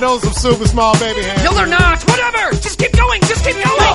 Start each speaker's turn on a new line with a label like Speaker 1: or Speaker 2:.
Speaker 1: those are super small baby hands.
Speaker 2: No, they're not. Whatever. Just keep going. Just keep going.